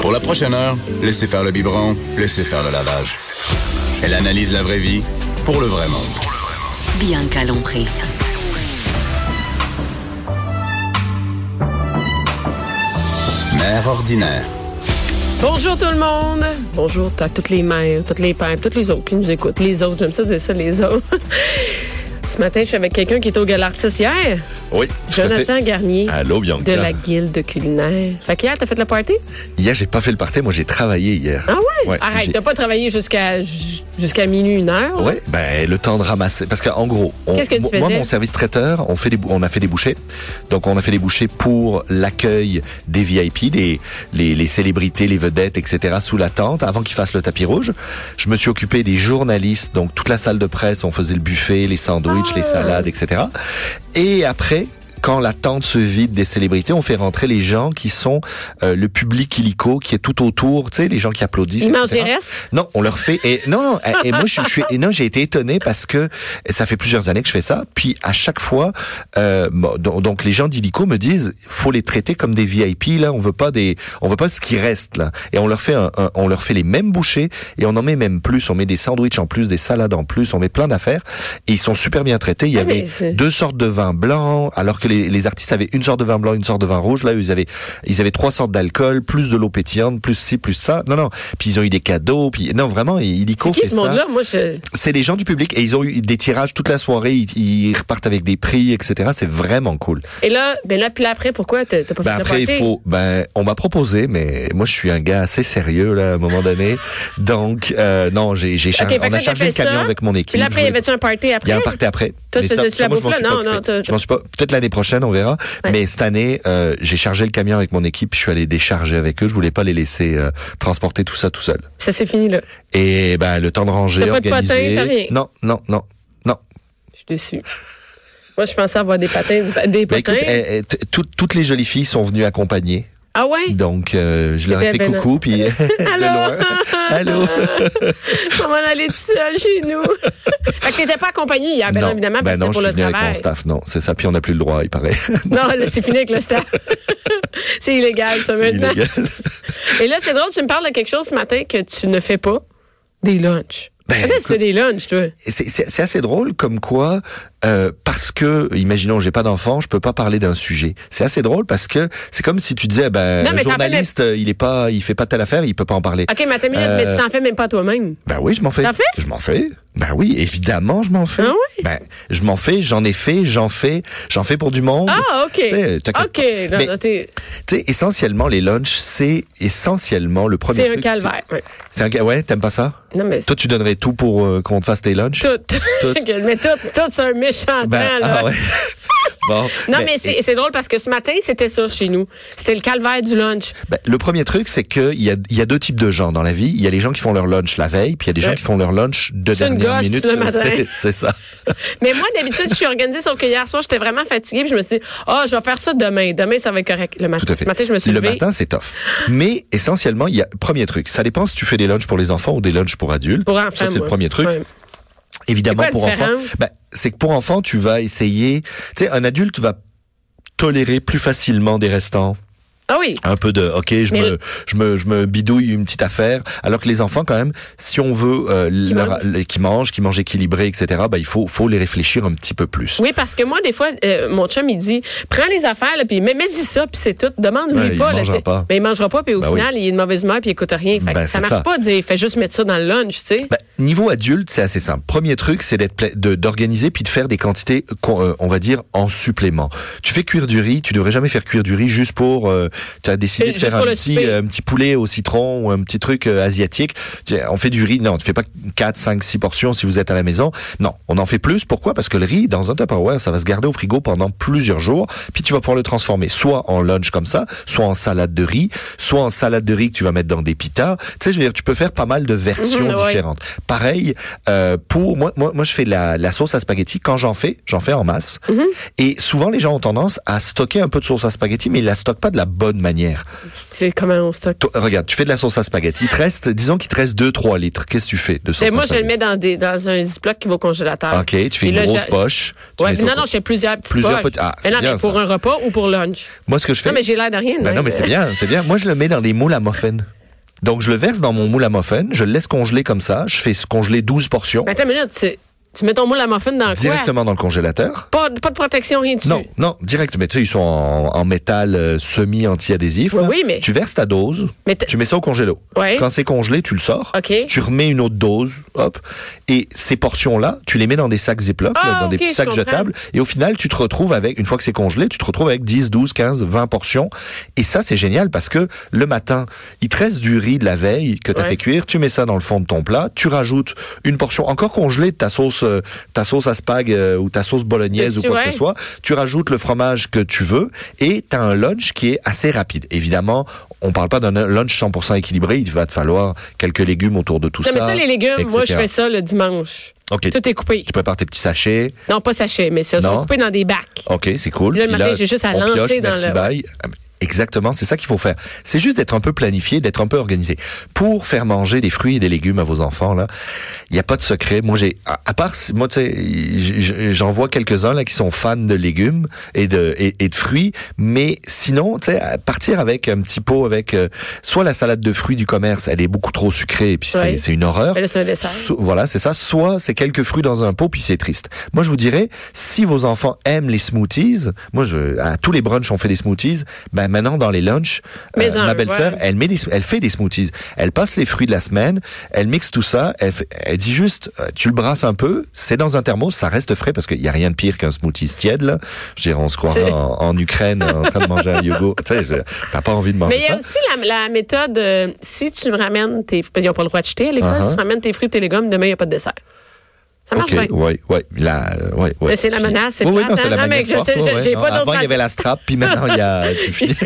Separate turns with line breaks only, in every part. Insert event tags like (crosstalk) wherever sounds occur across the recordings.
Pour la prochaine heure, laissez faire le biberon, laissez faire le lavage. Elle analyse la vraie vie pour le vrai monde.
Bianca Lompré.
Mère ordinaire.
Bonjour tout le monde. Bonjour à toutes les mères, toutes les pères, toutes les autres qui nous écoutent. Les autres, j'aime ça dire ça, les autres. (laughs) Ce matin, je suis avec quelqu'un qui était au Galartis hier.
Oui. tout à fait.
Jonathan Garnier.
Allô, Bianca.
De la guilde culinaire. Fait qu'hier, t'as fait le party?
Hier, j'ai pas fait le party. Moi, j'ai travaillé hier.
Ah ouais? Arrête,
j'ai-
t'as pas travaillé jusqu'à jusqu'à minuit, une heure? là?
Ouais, ben le temps de ramasser parce qu'en gros, on-
Qu'est-ce que tu
moi
faisais?
moi, mon service traiteur, on fait des bou- on a fait des bouchées. Donc on a fait des bouchées pour l'accueil des VIP, les, les les célébrités, les vedettes, etc. sous la tente avant qu'ils fassent le tapis rouge. Je me suis occupé des journalistes, donc toute la salle de presse, on faisait le buffet, les sandwichs, les
Ah.
salades, etc. Et après. Quand la tente se vide des célébrités, on fait rentrer les gens qui sont euh, le public illico qui est tout autour, tu sais, les gens qui applaudissent.
Ils mangent
etc..
les restes?
Non, on leur fait. Et non, non. Et, et moi, je, je suis. et non, j'ai été étonné parce que ça fait plusieurs années que je fais ça. Puis à chaque fois, euh, bon, donc donc les gens d'Illico me disent, faut les traiter comme des VIP. Là, on veut pas des, on veut pas ce qui reste là. Et on leur fait, un, un- on leur fait les mêmes bouchées et on en met même plus. On met des sandwichs en plus, des salades en plus, on met plein d'affaires. Et ils sont super bien traités. Il y
Ah, mais
avait
c'est-
deux sortes de vins blancs, alors que les, les artistes avaient une sorte de vin blanc, une sorte de vin rouge. Là, eux, ils avaient, ils avaient trois sortes d'alcool, plus de l'eau pétillante, plus ci, plus ça. Non, non. Puis ils ont eu des cadeaux. Puis non, vraiment, il y
C'est qui ce monde-là? Moi, je.
C'est les gens du public et ils ont eu des tirages toute la soirée. Ils, ils repartent avec des prix, etc. C'est vraiment cool.
Et là, ben là, puis là, après, pourquoi t'as t'as pas
Ben
fait
après,
le party?
il faut. Ben, on m'a proposé, mais moi, je suis un gars assez sérieux là, à un moment donné. Donc, euh, non, j'ai, j'ai chargé-
fait que
on
là,
a
t'as
chargé le
fait
camion
ça,
avec mon équipe.
Puis là,
je
après, y
voulais-
avait-tu un party après?
il y a un party après.
Toi,
Mais
tu
ça,
faisais-tu
ça,
la
moi, je
bouffe
m'en suis
là?
pas
Non, non,
occupé.
t'as-
Je m'en suis pas. Peut-être l'année prochaine, on verra.
Ouais.
Mais cette année, euh, j'ai chargé le camion avec mon équipe. Je suis allé décharger avec eux. Je voulais pas les laisser euh, transporter tout ça tout seul.
Ça, c'est fini, là.
Et ben, le temps de ranger,
T'as pas de
organiser.
potin, t'as rien.
Non, non, non, non.
Je suis déçue. Moi, je pensais avoir des patins, du- des
Ben,
potins.
écoute, eh, eh, t- toutes- toutes les jolies filles sont venues accompagner.
ah ouais?
Donc, euh, je leur ai
Eh
fait
ben,
coucou, puis (laughs) de loin. Allô.
On va en aller tout seul chez nous. (laughs) fait que t'étais pas accompagné hier, ben non, évidemment, parce que
ben non,
c'était pour
je suis
le
venu avec mon
travail.
staff. Non, c'est ça. Puis on n'a plus le droit, il
(laughs)
paraît. (laughs)
Non, là, c'est fini avec le staff. (laughs) c'est illégal, ça,
Il
maintenant.
est légal.
Et là, c'est drôle, tu me parles de quelque chose ce matin que tu ne fais pas. Des lunchs.
Ben,
Peut-être que c'est
écoute-
des lunchs, toi.
Et c'est- c'est c'est assez drôle comme quoi euh, parce que imaginons j'ai pas d'enfant je peux pas parler d'un sujet c'est assez drôle parce que c'est comme si tu disais ben
Non,
le
mais t'en fais
journaliste euh, il est pas il fait pas telle affaire il peut pas en parler
OK, mais t'as mis
Euh,
mais tu t'en fais même pas toi-même.
ben oui je m'en fais
T'en fais
je m'en fais ben oui évidemment je m'en fais
Ah oui?
ben je m'en fais j'en ai fait j'en fais j'en fais pour du monde
Ah, OK.
Tu sais, t'inquiète
OK.
pas.
Non,
Mais,
non, t'es-
tu sais essentiellement les lunchs c'est essentiellement le premier
c'est un
truc,
calvaire. ouais.
c'est un ca- ouais t'aimes pas ça
Non, mais c'est
toi tu donnerais tout pour euh, qu'on te fasse tes lunchs
tout. (laughs)
Tout.
mais tout, tout, c'est un méchant temps,
ben,
là.
ah ouais. (laughs) Bon,
Non,
ben,
mais c'est c'est drôle parce que ce matin, c'était ça chez nous. C'était le calvaire du lunch.
Ben, le premier truc, c'est que il y a, il y a deux types de gens dans la vie. Il y a les gens qui font leur lunch la veille, puis il y a des gens
Ouais.
qui font leur lunch de
C'est une
dernière
gosse,
minute.
le
sur-
matin.
c'est- C'est ça.
Mais moi, d'habitude, je suis organisée, sauf que hier soir, j'étais vraiment fatiguée. Puis je me suis dit, ah, je vais faire ça demain. Demain, ça va être correct. Le matin,
Tout à fait.
ce matin, je me suis
le
levée.
matin, c'est tough. Mais essentiellement, il y a premier truc. Ça dépend si tu fais des lunchs pour les enfants ou des lunchs pour adultes.
Pour enfants,
ça, c'est le
moi.
premier truc.
Ouais.
Évidemment,
C'est quoi
pour
la
enfants,
différence?
ben, c'est que pour enfants, tu vas essayer. Tu sais, un adulte va tolérer plus facilement des restants.
Ah oui.
un peu de ok je
Mais
me
le-
je me je me bidouille une petite affaire alors que les enfants quand même si on veut euh, leur-
mangent.
les- qui mangent qui mangent équilibré etc bah il faut faut les réfléchir un petit peu plus
Oui, parce que moi, des fois, euh, mon chum, il dit, prends les affaires, là, puis mets- mets-y ça, puis c'est tout. Demande-lui
Ouais, il
pas. là,
mangera
tu sais.
pas.
Mais il mangera pas, puis au
Ben oui.
final, il est de mauvaise humeur, puis il écoute rien. Fait que
Ben,
ça
c'est
marche
ça.
pas de dire, fais juste mettre ça dans le lunch, tu sais.
Bah, niveau adulte, c'est assez simple. Premier truc, c'est d'être pla- de- d'organiser puis de faire des quantités, qu'on, euh, on va dire, en supplément. Tu fais cuire du riz, tu devrais jamais faire cuire du riz juste pour. euh, tu as décidé
Et
de
juste
faire un
pour le
petit,
souper.
euh, un petit poulet au citron ou un petit truc euh, asiatique. Tu- On fait du riz. Non, tu fais pas 4, 5, 6 portions si vous êtes à la maison. Non, on en fait plus. Pourquoi Parce que le riz, dans un Tupperware, ça va se garder au frigo pendant plusieurs jours. Puis tu vas pouvoir le transformer soit en lunch comme ça, soit en salade de riz, soit en salade de riz que tu vas mettre dans des pitas. Tu sais, je veux dire, tu peux faire pas mal de versions
Mhm, ouais.
différentes différentes. Pareil euh, pour moi, moi, moi, je fais de la, la sauce à spaghetti. Quand j'en fais, j'en fais en masse. Et souvent, les gens ont tendance à stocker un peu de sauce à spaghetti, mais ils la stockent pas de la bonne manière.
C'est comment on stocke.
Toi, regarde, tu fais de la sauce à spaghetti. Il te reste, disons qu'il te reste 2-3 litres. Qu'est-ce que tu fais de sauce
Mais
à
moi, je le
spaghetti
mets dans, des, dans un ziploc qui va au congélateur.
Ok, tu fais
Et
une
là,
grosse
je-
poche. tu
Ouais,
mets
mais
ça
non,
au-
non, j'ai plusieurs petites
Plusieurs
poches.
petits- ah,
mais non,
c'est bien,
mais pour
ça.
un repas ou pour lunch.
Moi, ce que je fais.
Non, mais j'ai l'air de rien.
Ben
hein.
non, mais c'est bien, c'est bien. Moi, je le mets dans des moules à muffins. Donc, je le verse dans mon moule à muffin, je le laisse congeler comme ça, je fais congeler 12 portions
Mais Ben, Attends une minute, tu, tu mets ton moule à muffin dans
directement dans le congélateur.
quoi? Pas, de- pas de protection, rien dessus.
Non, non, direct. Mais tu sais, ils sont en, en métal euh, semi-anti-adhésif.
Oui,
là.
oui, mais-
Tu verses ta dose,
Mais t'as-
tu mets ça au congélo.
Ouais.
Quand c'est congelé, tu le sors.
Ok.
Tu remets une autre dose, hop. Et ces portions-là, tu les mets dans des sacs Ziploc,
Ah,
là, dans des
ok,
petits
je
sacs
comprends.
jetables. Et au final, tu te retrouves avec, une fois que c'est congelé, tu te retrouves avec 10, 12, 15, 20 portions. Et ça, c'est génial parce que le matin, il te reste du riz de la veille que tu as
Ouais.
fait cuire, tu mets ça dans le fond de ton plat, tu rajoutes une portion encore congelée de ta sauce, euh, ta sauce à spag euh, ou ta sauce bolognaise ou
Dessus,
quoi que
ouais.
ce soit. Tu rajoutes le fromage que tu veux et tu as un lunch qui est assez rapide. Évidemment, on parle pas d'un lunch 100% équilibré. Il va te falloir quelques légumes autour de tout
Non,
ça.
mais ça, les légumes, moi, je
etc..
fais ça le dimanche.
Ok.
Tout est coupé.
Tu prépares tes petits sachets.
Non, pas sachet, mais ça, sont
Non.
coupés dans des bacs.
OK, c'est cool.
Là, le
Puis
matin, j'ai juste à
on
lancer
pioche,
dans
merci,
le-
bye. Exactement, c'est ça qu'il faut faire. C'est juste d'être un peu planifié, d'être un peu organisé. Pour faire manger des fruits et des légumes à vos enfants, là, il n'y a pas de secret. Moi, j'ai, à à part, si- moi, tu sais, j- j- j'en vois quelques-uns, là, qui sont fans de légumes et de, et, et de fruits. Mais sinon, tu sais, à partir avec un petit pot avec, euh, soit la salade de fruits du commerce, elle est beaucoup trop sucrée, et puis c'est-
Ouais.
c'est une horreur.
Ben là, c'est un dessert.
So- voilà, c'est ça. Soit c'est quelques fruits dans un pot, puis c'est triste. Moi, je vous dirais, si vos enfants aiment les smoothies, moi, je, à tous les brunchs, on fait des smoothies. Ben maintenant, dans les lunchs, euh,
Mais en-
ma belle-sœur,
ouais.
elle met des, elle fait des smoothies. Elle passe les fruits de la semaine, elle mixe tout ça. Elle, fait- elle dit juste, euh, tu le brasses un peu. C'est dans un thermos, ça reste frais parce qu'il y a rien de pire qu'un smoothie tiède. Là. Je dirais, on se croirait
C'est-
en, en Ukraine en train de manger un yogourt. Tu sais, je- t'as pas envie de manger
Mais il y a
Ah, ça.
aussi la, la méthode, euh, si tu me ramènes tes... parce qu'ils n'ont pas le droit de jeter à l'école,
Uh-huh.
si tu ramènes tes fruits et tes légumes, demain, il n'y a pas de dessert. Ça marche
Ok,
bien.
ouais, ouais, là, euh, ouais, ouais.
Ah, Mais c'est la
Puis-
menace, c'est
Oui, oui,
plate,
non, c'est
hein.
la
Non, mais
menace.
je
forte,
sais, j'ai-
ouais,
j'ai
non.
pas d'autre
Avant, il y
manière. (laughs)
avait la strap, puis maintenant, il y a... tu finis.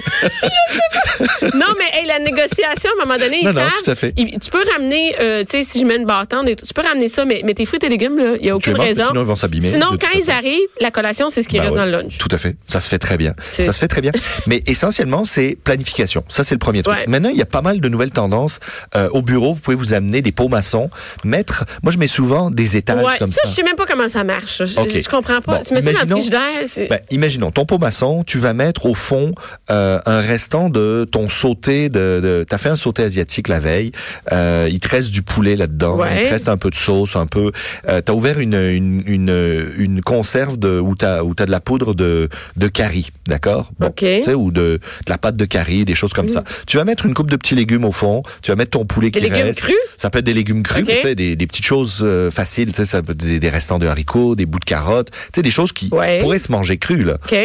Non, mais hey, la négociation, à un moment donné, ils
Non, non,
savent.
tout à fait.
ils- tu peux ramener, euh, tu sais, si je mets une bâtante, et tout, tu peux ramener ça, mais, mais tes fruits et tes légumes, là, il n'y a
Tu les
aucune
manges,
raison.
sinon ils vont s'abîmer,
Sinon,
de toute
quand ils
façon.
arrivent, la collation, c'est ce qui
Bah
reste
ouais,
dans le lunch.
Tout à fait. Ça se fait très bien.
C'est-
Ça se fait très bien. Mais essentiellement, c'est planification. Ça, c'est le premier truc.
Ouais.
Maintenant, il y a pas mal de nouvelles tendances. Euh, au bureau, vous pouvez vous amener des pots maçons, mettre... Moi, je mets souvent des étages
Ouais,
comme
ça,
ça.
je sais même pas comment ça marche. Je,
Ok.
je comprends pas.
Bon,
tu mets ça dans le
imaginons-
frigidaire, c'est...
Ben, imaginons, ton pot maçon, tu vas mettre au fond euh, un restant de ton sauté de, de t'as fait un sauté asiatique la veille. Euh, il te reste du poulet là-dedans.
Ouais.
Il te reste un peu de sauce, un peu. Euh, t'as ouvert une une une, une conserve de où t'as où t'as de la poudre de de carie, d'accord
Ok. Mm.
tu sais, ou de de la pâte de carie, des choses comme ça. Tu vas mettre une coupe de petits légumes au fond. Tu vas mettre ton poulet
Des
qui
légumes
reste.
crus?
Ça peut être des légumes crus,
Ok.
mais tu sais, des, des petites choses euh, faciles, tu sais, ça peut être des, des restants de haricots, des bouts de carottes, tu sais, des choses qui
Ouais.
pourraient se manger crues, là.
OK.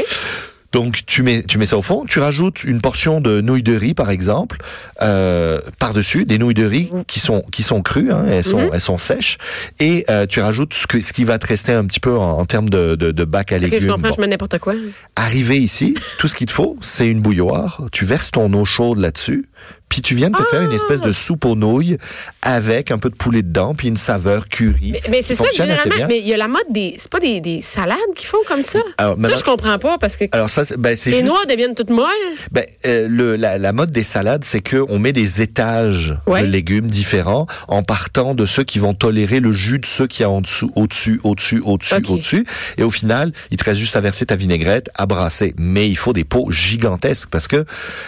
Donc tu mets tu mets ça au fond, tu rajoutes une portion de nouilles de riz par exemple euh, par dessus, des nouilles de riz
Mm.
qui sont qui sont crues, hein, elles
Mm-hmm.
sont elles sont sèches, et euh, tu rajoutes ce que ce qui va te rester un petit peu en, en termes de, de de bac à
Ok,
légumes.
je comprends,
Bon.
je mets n'importe quoi.
Arrivé ici, tout ce qu'il te faut, c'est une bouilloire. Tu verses ton eau chaude là-dessus, puis tu viens de te faire une espèce
Ah.
de soupe aux nouilles avec un peu de poulet dedans, puis une saveur curry.
Mais, mais c'est
qui
ça,
fonctionne assez
généralement.
bien.
Mais il y a la mode des. C'est pas des, des salades qui font comme ça.
Alors,
ça,
maintenant-
je comprends pas parce que
Alors ça, c'est- ben, c'est
les
juste-
noix deviennent toutes molles.
Ben, euh, le, la, la mode des salades, c'est que on met des étages
Ouais.
de légumes différents en partant de ceux qui vont tolérer le jus de ceux qui a en dessous, au-dessus, au-dessus, au-dessus,
Ok.
au-dessus. Et au final, il te reste juste à verser ta vinaigrette, à brasser. Mais il faut des pots gigantesques parce que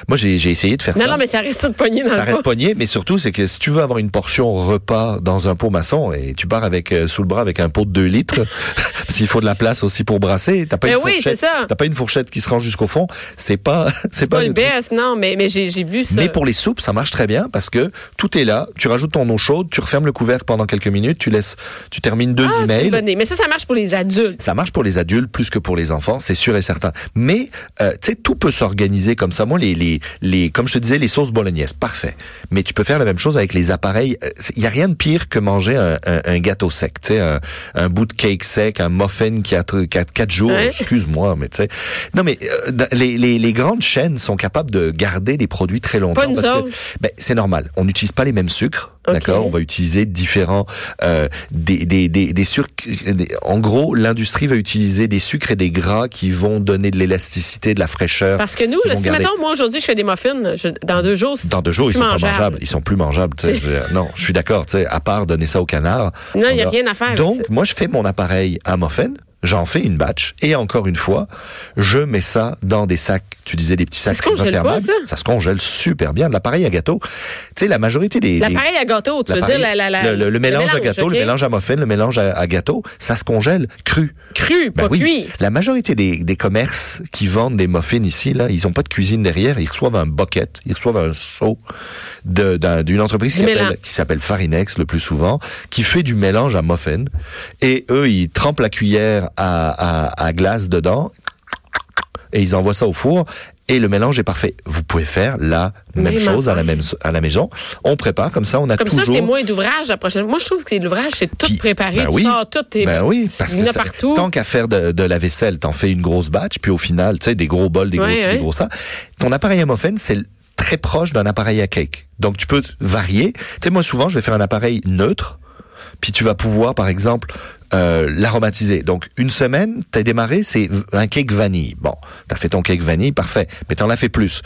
moi, j'ai j'ai essayé de faire
Non,
ça.
non, mais ça reste toute poignée dans
Ça
le
reste
pot.
pogné, mais surtout, c'est que si tu veux avoir une portion repas dans un pot maçon et tu pars avec euh, sous le bras avec un pot de 2 litres, (laughs) parce qu'il faut de la place aussi pour brasser, t'as pas
Ben
une
oui,
fourchette,
c'est ça.
t'as pas une fourchette qui se rend jusqu'au fond, c'est pas, (laughs) c'est
Pas
pas
le
le truc.
best, non, mais, mais j'ai j'ai vu ça.
Mais pour les soupes, ça marche très bien parce que tout est là. Tu rajoutes ton eau chaude, tu refermes le couvercle pendant quelques minutes, tu laisses, tu termines deux
ah, c'est une
emails.
bonne idée. Mais ça, ça marche pour les adultes.
Ça marche pour les adultes plus que pour les enfants, c'est sûr et certain. Mais euh, tu sais, tout peut s'organiser comme ça. Moi, les, les les comme je te disais, les sauces bolognaises, parfait. Mais tu peux faire la même chose avec les appareils. Euh, c'est- Il y a rien de pire que manger un, un- un gâteau sec, tu sais, un, un bout de cake sec, un muffin qui a tr- qui a quatre jours.
Ouais.
Excuse-moi, mais tu sais. Non, mais euh, dans- les, les les grandes chaînes sont capables de garder des produits très longtemps.
Pas nous
parce que-
autres.
ben, c'est normal. On n'utilise pas les mêmes sucres,
Ok.
d'accord On va utiliser différents euh, des des des, des sucres. des- en gros, l'industrie va utiliser des sucres et des gras qui vont donner de l'élasticité, de la fraîcheur.
Parce que nous,
qui
là,
vont
si
garder.
mettons, moi, aujourd'hui, je fais des muffins, je- dans deux jours, c'est
dans deux jours, ils
plus
sont pas
mangeable.
mangeables. Ils sont plus mangeables. tu sais. Je veux dire, non, je suis d'accord. Tu sais, à part donner ça au canard.
Non,
on
il y a
a-
rien à faire avec
Donc,
ça.
moi, je fais mon appareil à muffin. j'en fais une batch et encore une fois, je mets ça dans des sacs. Tu disais des petits
Ça
sacs
se congèle pas,
refermables.
ça?
se congèle super bien. De l'appareil à gâteau, tu sais, la majorité des des-
L'appareil à gâteau, tu veux dire
l'appareil-
la, la- la-
le, le- le mélange à gâteau,
ok?
le mélange à muffin, le mélange à, à gâteau, ça se congèle cru.
cru,
Ben
pas
oui.
cuit.
La majorité des, des commerces qui vendent des muffins ici, là, ils ont pas de cuisine derrière. Ils reçoivent un bucket, ils reçoivent un seau de- d'un- d'une entreprise qui
Du
s'appelle-
mélange.
qui s'appelle Farinex le plus souvent, qui fait du mélange à muffins. Et eux, ils trempent la cuillère à, à- à glace dedans et ils envoient ça au four. Et le mélange est parfait. Vous pouvez faire la même
Même
chose à la
affaire.
même à la maison. On prépare comme ça. On a
Comme
toujours.
ça, c'est moins d'ouvrage la prochaine fois. Moi, je trouve que c'est l'ouvrage, c'est tout
Puis-
préparé.
ben
tu
oui.
sors tout, t'es-
Ben oui, parce
il y en
que
a
ça-
partout.
tant qu'à faire de, de la vaisselle, t'en fais une grosse batch, puis au final, tu sais, des gros bols, des gros
Ouais,
ci,
ouais.
des gros ça. Ton appareil à muffin, c'est très proche d'un appareil à cake. Donc, tu peux varier. Tu sais, moi, souvent, je vais faire un appareil neutre, puis tu vas pouvoir, par exemple, euh, l'aromatiser. Donc, une semaine, t'as démarré, c'est v- un cake vanille. Bon, t'as fait ton cake vanille, parfait. Mais t'en as fait plus.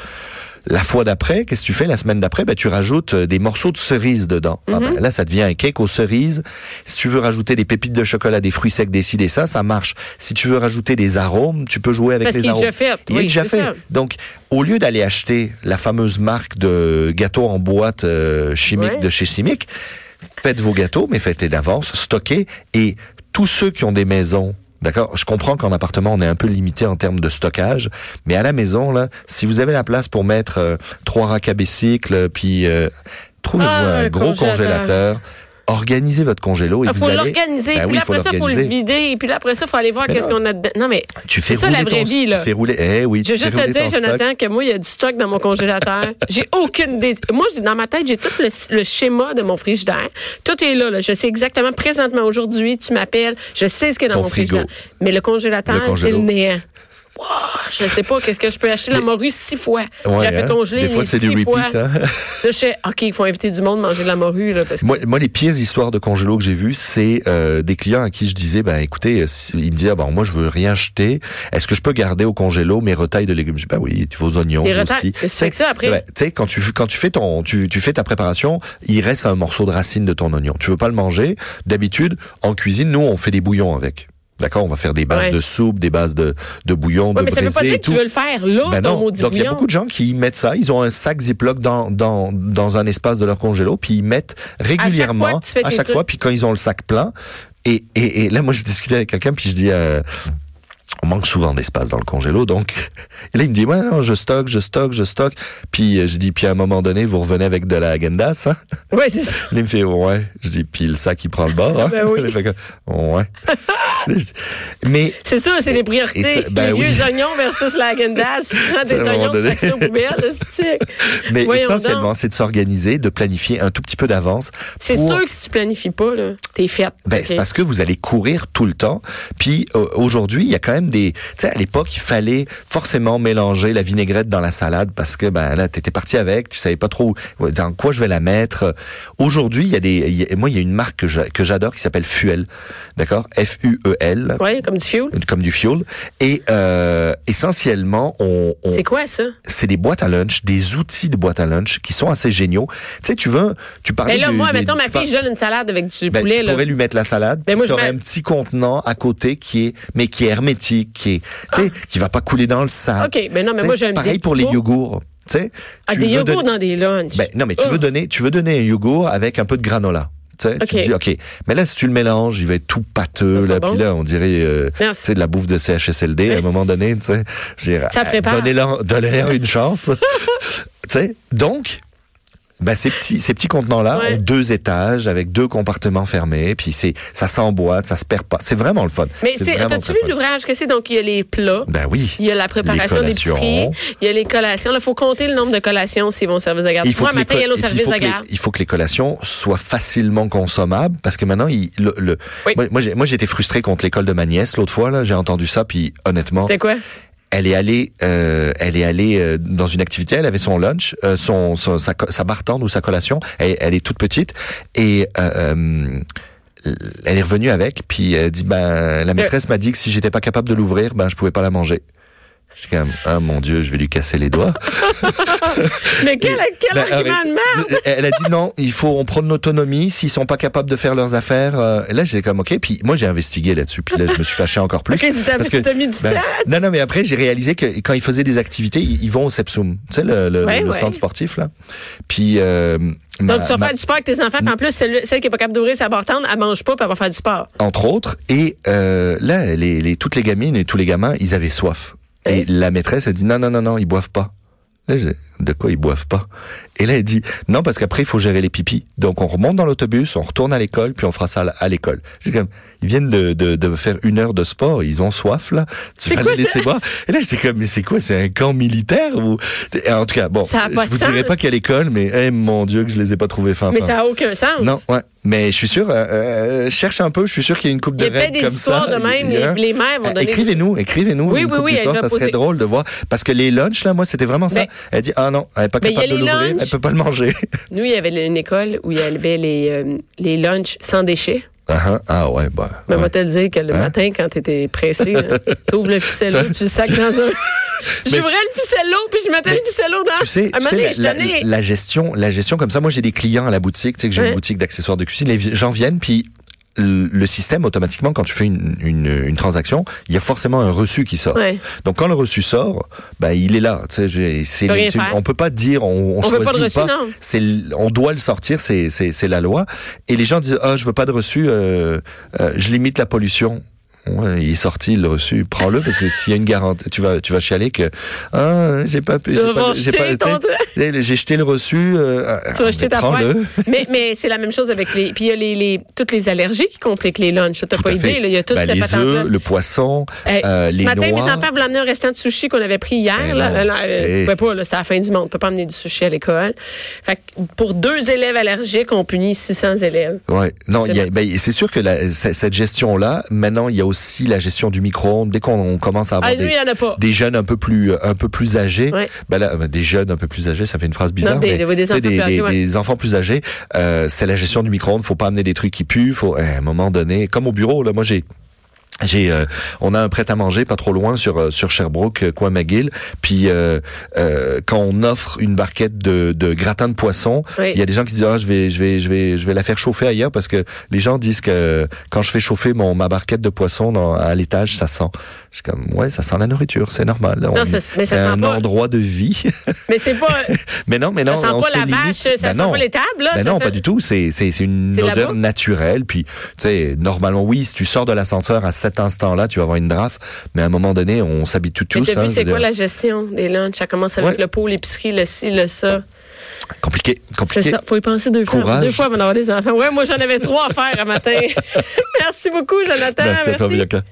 La fois d'après, qu'est-ce que tu fais La semaine d'après, ben, tu rajoutes euh, des morceaux de cerises dedans. Ah
Mhm.
ben, là, ça devient un cake aux cerises. Si tu veux rajouter des pépites de chocolat, des fruits secs, des ci, des ça, ça marche. Si tu veux rajouter des arômes, tu peux jouer avec
Parce
les
qu'il est
arômes.
déjà fait.
Il est
Oui,
déjà
c'est
fait.
ça.
Donc, au lieu d'aller acheter la fameuse marque de gâteaux en boîte euh, chimique
Ouais.
de chez Chimique, faites vos gâteaux, mais faites-les d'avance, stockez. Et tous ceux qui ont des maisons, d'accord, je comprends qu'en appartement, on est un peu limité en termes de stockage, mais à la maison, là, si vous avez la place pour mettre euh, trois racks à bicycle, puis euh, trouvez-vous
Ah,
un
un
gros congélateur,
congélateur.
organisez votre congélo et
Il
vous
Ah, faut
allez...
l'organiser,
Ben
puis
oui,
après ça, il faut le
l'organiser.
vider, puis là, après ça, il faut aller voir
Mais
qu'est-ce
non.
qu'on a dedans. Non, mais
Tu fais
c'est ça
rouler
la
ton-
vraie vie, là.
Tu fais rouler. Eh oui,
Je
tu
veux
fais
juste te
rouler
dire,
ton stock.
Jonathan, que moi, il y a du stock dans mon
(laughs)
congélateur. j'ai aucune idée. Moi, j'ai- dans ma tête, j'ai tout le, le schéma de mon frigidaire. Tout est là, là. Je sais exactement présentement aujourd'hui, tu m'appelles, je sais ce qu'il y a dans
Ton
mon
frigo.
frigidaire. Mais le congélateur,
Le congélo.
c'est le néant. Wow, je sais pas, qu'est-ce que je peux acheter la morue six fois.
Ouais,
j'ai fait
hein.
congeler
Des fois,
les
c'est
six
du repeat,
fois.
hein.
(laughs) Là, je sais, OK, il faut inviter du monde à manger de la morue, là, parce que
Moi, moi, les pires histoires de congélo que j'ai vues, c'est euh, des clients à qui je disais, ben écoutez, euh, si- ils me disaient, ben moi je veux rien jeter. Est-ce que je peux garder au congélo mes retailles de légumes Je dis, ben oui, vos oignons
Les
vous
retailles,
aussi.
mais c'est que ça, après.
Ouais, tu sais, quand tu quand tu fais ton, tu, tu fais ta préparation, il reste un morceau de racine de ton oignon. Tu veux pas le manger D'habitude, en cuisine, nous on fait des bouillons avec. D'accord, on va faire des bases
Ouais.
de soupe, des bases de de bouillon,
Ouais,
de
mais ça veut pas
braisé
dire
et
que tu
tout.
veux le faire là,
Ben
ton
non.
maudit
Donc il y a
bouillon.
beaucoup de gens qui mettent ça, ils ont un sac Ziploc dans dans dans un espace de leur congélo, puis ils mettent régulièrement
fois, tu fais
à
tes
chaque
trucs.
fois, puis quand ils ont le sac plein et et, et là moi je discutais avec quelqu'un puis je dis euh, on manque souvent d'espace dans le congélo, donc (laughs) et là il me dit ouais non je stocke, je stocke, je stocke, puis euh, je dis puis à un moment donné vous revenez avec de la agendas, hein? (laughs)
Ouais, c'est ça.
Il me fait ouais, je dis puis le sac il prend le bord, hein?
(laughs) Ben oui.
Il fait comme, ouais, (laughs) Là, je dis, mais
C'est ça, c'est les priorités.
et ça-
les
ben oui.
vieux oignons versus la
(laughs)
Agendas. des
À un moment
oignons de
donné.
section poubelle, c'est
(laughs) Mais
Voyons
essentiellement,
donc.
c'est de s'organiser, de planifier un tout petit peu d'avance.
C'est
pour-
sûr que si tu planifies pas, là, t'es faite.
Ben,
OK?
c'est parce que vous allez courir tout le temps. Puis euh, aujourd'hui, il y a quand même des. Tu sais, à l'époque, il fallait forcément mélanger la vinaigrette dans la salade parce que ben là, t'étais parti avec, tu savais pas trop où- dans quoi je vais la mettre. Aujourd'hui, il y a des. il y a- moi, il y a une marque que j'a- que j'adore qui s'appelle Fuel, d'accord, F U E L,
Ouais, comme du fuel.
comme du fuel. Et euh, essentiellement, on, on
C'est quoi, ça?
c'est des boîtes à lunch, des outils de boîtes à lunch qui sont assez géniaux. Tu sais, tu veux, tu parlais
Ben là,
Ah, du-
moi,
du-
mettons, ma
tu par-
fille, je donne une salade avec du
ben,
poulet,
tu
là.
pourrais lui mettre la salade.
Ben,
puis
moi, je
t'aurais
mets-
un petit contenant à côté qui est, mais qui est hermétique, qui est, tu sais, qui va pas couler dans le sable.
Ah. OK, ben non, mais
Tu sais,
moi, j'aime
Pareil
des
pour
petits
les
pots.
yogourts. Tu sais,
Ah,
tu
des
veux
yogourts
donner-
dans des lunchs.
ben, non, mais tu
Oh.
veux donner, tu veux donner un yogourt avec un peu de granola. Tu sais, Tu
Ok.
te dis, OK. Mais là, si tu le mélanges, il va être tout
Ça
pâteux,
sera
là.
bon.
Puis là, on dirait, euh, tu
Merci.
sais, de la bouffe de CHSLD, à un moment donné, tu sais. Je dirais,
Ça
euh,
prépare.
Donnez-leur, donnez-leur une chance.
(laughs)
tu sais. Donc, ben, ces petits, ces petits contenants-là
Ouais.
ont deux étages avec deux compartiments fermés. Puis c'est, ça s'emboîte, ça se perd pas. C'est vraiment le fun.
Mais c'est,
vraiment
t'as-tu
très
vu
fun.
l'ouvrage que c'est? Donc, il y a les plats.
Ben oui.
Il y a la préparation
Les
des
collations.
il y a les collations. Il faut compter le nombre de collations s'ils vont au service de garde.
Il faut,
Moi,
que les
matin,
co-
il y a au
et puis il
service
faut
de
que les-
garde.
il faut que les collations soient facilement consommables parce que maintenant, il, le, le-
Oui.
moi, moi, j'ai- moi, j'étais frustré contre l'école de ma nièce l'autre fois. là J'ai entendu ça, puis honnêtement,
C'était quoi?
elle est allée, euh, elle est allée euh, dans une activité. Elle avait son lunch, euh, son, son- sa, co- sa bartende ou sa collation. Elle, elle est toute petite et euh, euh, elle est
Euh.
revenue avec. Puis elle dit, ben, la maîtresse m'a dit que si j'étais pas capable de l'ouvrir, ben, je pouvais pas la manger. Je suis comme, ah mon Dieu, je vais lui casser les doigts.
Mais quel,
Et-
quel
ben,
argument de merde!
arrête. Elle a dit non, il faut, on prend de l'autonomie. S'ils sont pas capables de faire leurs affaires, euh, et là j'étais comme ok. Puis moi j'ai investigué là-dessus. Puis là je me suis fâché encore
(laughs)
plus. ben,
Ok, tu t'as- tu t'as mis du temps.
Non non, mais après j'ai réalisé que quand ils faisaient des activités, ils ils vont au Sepsum, tu sais le, le,
Ouais,
le
ouais.
centre sportif là. Puis euh, ma-
Donc, tu vas
ma-
faire du sport avec tes enfants. puis En plus, celle, celle qui est pas capable d'ouvrir sa bartende, elle mange pas, puis elle va faire du sport.
entre autres. Et euh, là, les, les, toutes les gamines et tous les gamins, ils avaient soif.
Eh.
Et la maîtresse a dit non, non, non, non, ils boivent pas. Là, j'ai dit, de quoi ils boivent pas Et là, elle dit non, parce qu'après, il faut gérer les pipis. Donc, on remonte dans l'autobus, on retourne à l'école, puis on fera ça à la- à l'école. J'ai comme, ils viennent de, de, de faire une heure de sport, ils ont soif, là. Tu
C'est
vas
quoi,
les laisser boire Et là, j'étais comme, mais c'est quoi C'est un camp militaire ou En tout cas, bon,
Ça a pas
je
de
vous
sens.
dirai pas quelle école, mais eh, mon Dieu, que je les ai pas trouvés fins.
Mais
fins.
ça a aucun sens.
Non, ouais. Mais je suis sûr, euh, euh, cherche un peu, je suis sûr qu'il y a une coupe
Il
de
y a peut-être
règles
des
comme ça.
histoires de même.
Il y a-
Les, les mères vont
Euh,
donner.
Écrivez-nous, écrivez-nous.
Oui, oui,
une coupe
oui,
d'histoires,
je vais
ça serait
poser-
drôle de voir. Parce que les lunchs, là, moi, c'était vraiment ça.
Mais-
Elle dit, ah non, elle n'est pas
Mais il y a
capable de
les
l'ouvrir, elle
lunchs.
peut pas le manger.
Nous, il y avait une école où il y avait les, euh, les lunchs sans déchets.
ah, ah, ah ouais, bah.
Mais
ouais.
moi, te le dire que le matin, quand t'étais pressé, là, t'ouvres le ficello, tu le sacs dans
(laughs)
un. J'ouvrais le ficello, puis je mettais le ficello dans.
Tu sais,
un
tu
moment
sais,
donné,
la-
je
la,
tenais-
la gestion, la gestion comme ça. Moi, j'ai des clients à la boutique, tu sais que j'ai
Ouais.
une boutique d'accessoires de cuisine. Les vi- gens viennent, puis le le système automatiquement quand tu fais une, une, une transaction il y a forcément un reçu qui sort
Ouais.
donc quand le reçu sort bah il est là tu sais j'ai- c'est
Peut rien
c'est-
faire.
on peut pas dire on, on,
On veut
choisit
pas de
ou
reçu, non.
c'est l- on doit le sortir c'est c'est c'est la loi et les gens disent ah je veux pas de reçu euh, euh, je limite la pollution Ouais, il est sorti le reçu prends-le parce que s'il y a une garantie tu vas tu vas chialer que ah j'ai pas pu- j'ai
vas
pas j'ai
jeter
pas- tu sais,
ton-
eh, J'ai jeté le reçu. euh,
Tu
euh,
vas jeter ta
prends-le.
poêle. Mais, mais c'est la même chose avec les. Puis il y a les, les- toutes les allergies qui compliquent les lunchs. T'as
Tout
pas
à
idée,
fait.
là, il y a toutes
Ben,
ces
les œufs,
patentes-là.
le poisson,
Hey,
euh,
ce
les
matin,
noix.
mes enfants voulaient amener un restant de sushi qu'on avait pris hier.
Eh
là,
non.
là, là, euh,
Eh.
on pouvait pas, là, c'était la fin du monde. On peut pas amener du sushi à l'école. Fait que pour deux élèves allergiques, on punit 600 élèves.
Ouais. Non,
C'est
il y a- ben, c'est sûr que la- c- cette gestion-là, maintenant, il y a aussi la gestion du micro-ondes. Dès qu'on on commence à avoir
Ah, lui,
des,
il y en a pas.
des jeunes un peu plus, euh, un peu plus âgés,
Ouais.
ben là, ben, des jeunes un peu plus âgés, ça fait une phrase bizarre.
des-
mais,
oui, des
tu sais,
enfants plus âgés, ouais.
des enfants plus âgés, euh, c'est la gestion du micro-ondes. Faut pas amener des trucs qui puent. Faut, eh, à un moment donné, comme au bureau, là, moi, j'ai, J'ai, euh, on a un prêt à manger pas trop loin sur euh, sur Sherbrooke, euh, coin McGill. Puis euh, euh, quand on offre une barquette de, de gratin de poisson, il
Oui.
y a des gens qui disent ah je vais je vais je vais je vais la faire chauffer ailleurs parce que les gens disent que quand je fais chauffer mon ma barquette de poisson dans, à l'étage ça sent. Je suis comme ouais ça sent la nourriture c'est normal. hein. On-
ça- mais ça
c'est
sent
un
pas.
endroit de vie. (laughs)
Mais c'est pas.
mais non mais
Ça
non
sent
on
pas
se
la
limite.
vache, ça
Ben
sent
non.
pas l'étable, là.
Ben
ça
non,
sent-
pas du tout. C'est c'est c'est une
C'est la
odeur
bouffe.
naturelle. Puis tu sais, normalement, oui, si tu sors de l'ascenseur à cet instant-là, tu vas avoir une drafe. Mais à un moment donné, on s'habitue tous.
Mais t'as
hein,
vu,
je
c'est
veux
quoi
dire.
la gestion des lunchs? Ça commence avec
Ouais.
le pot, l'épicerie, le ci, le ça.
Compliqué,
C'est
compliqué.
ça. Faut y penser deux fois.
Courage.
Deux fois avant
Ben,
d'avoir des enfants. Ouais, moi, j'en avais trois à faire à matin. (laughs) Ah, Merci beaucoup, Jonathan.
Merci, à toi, Bianca.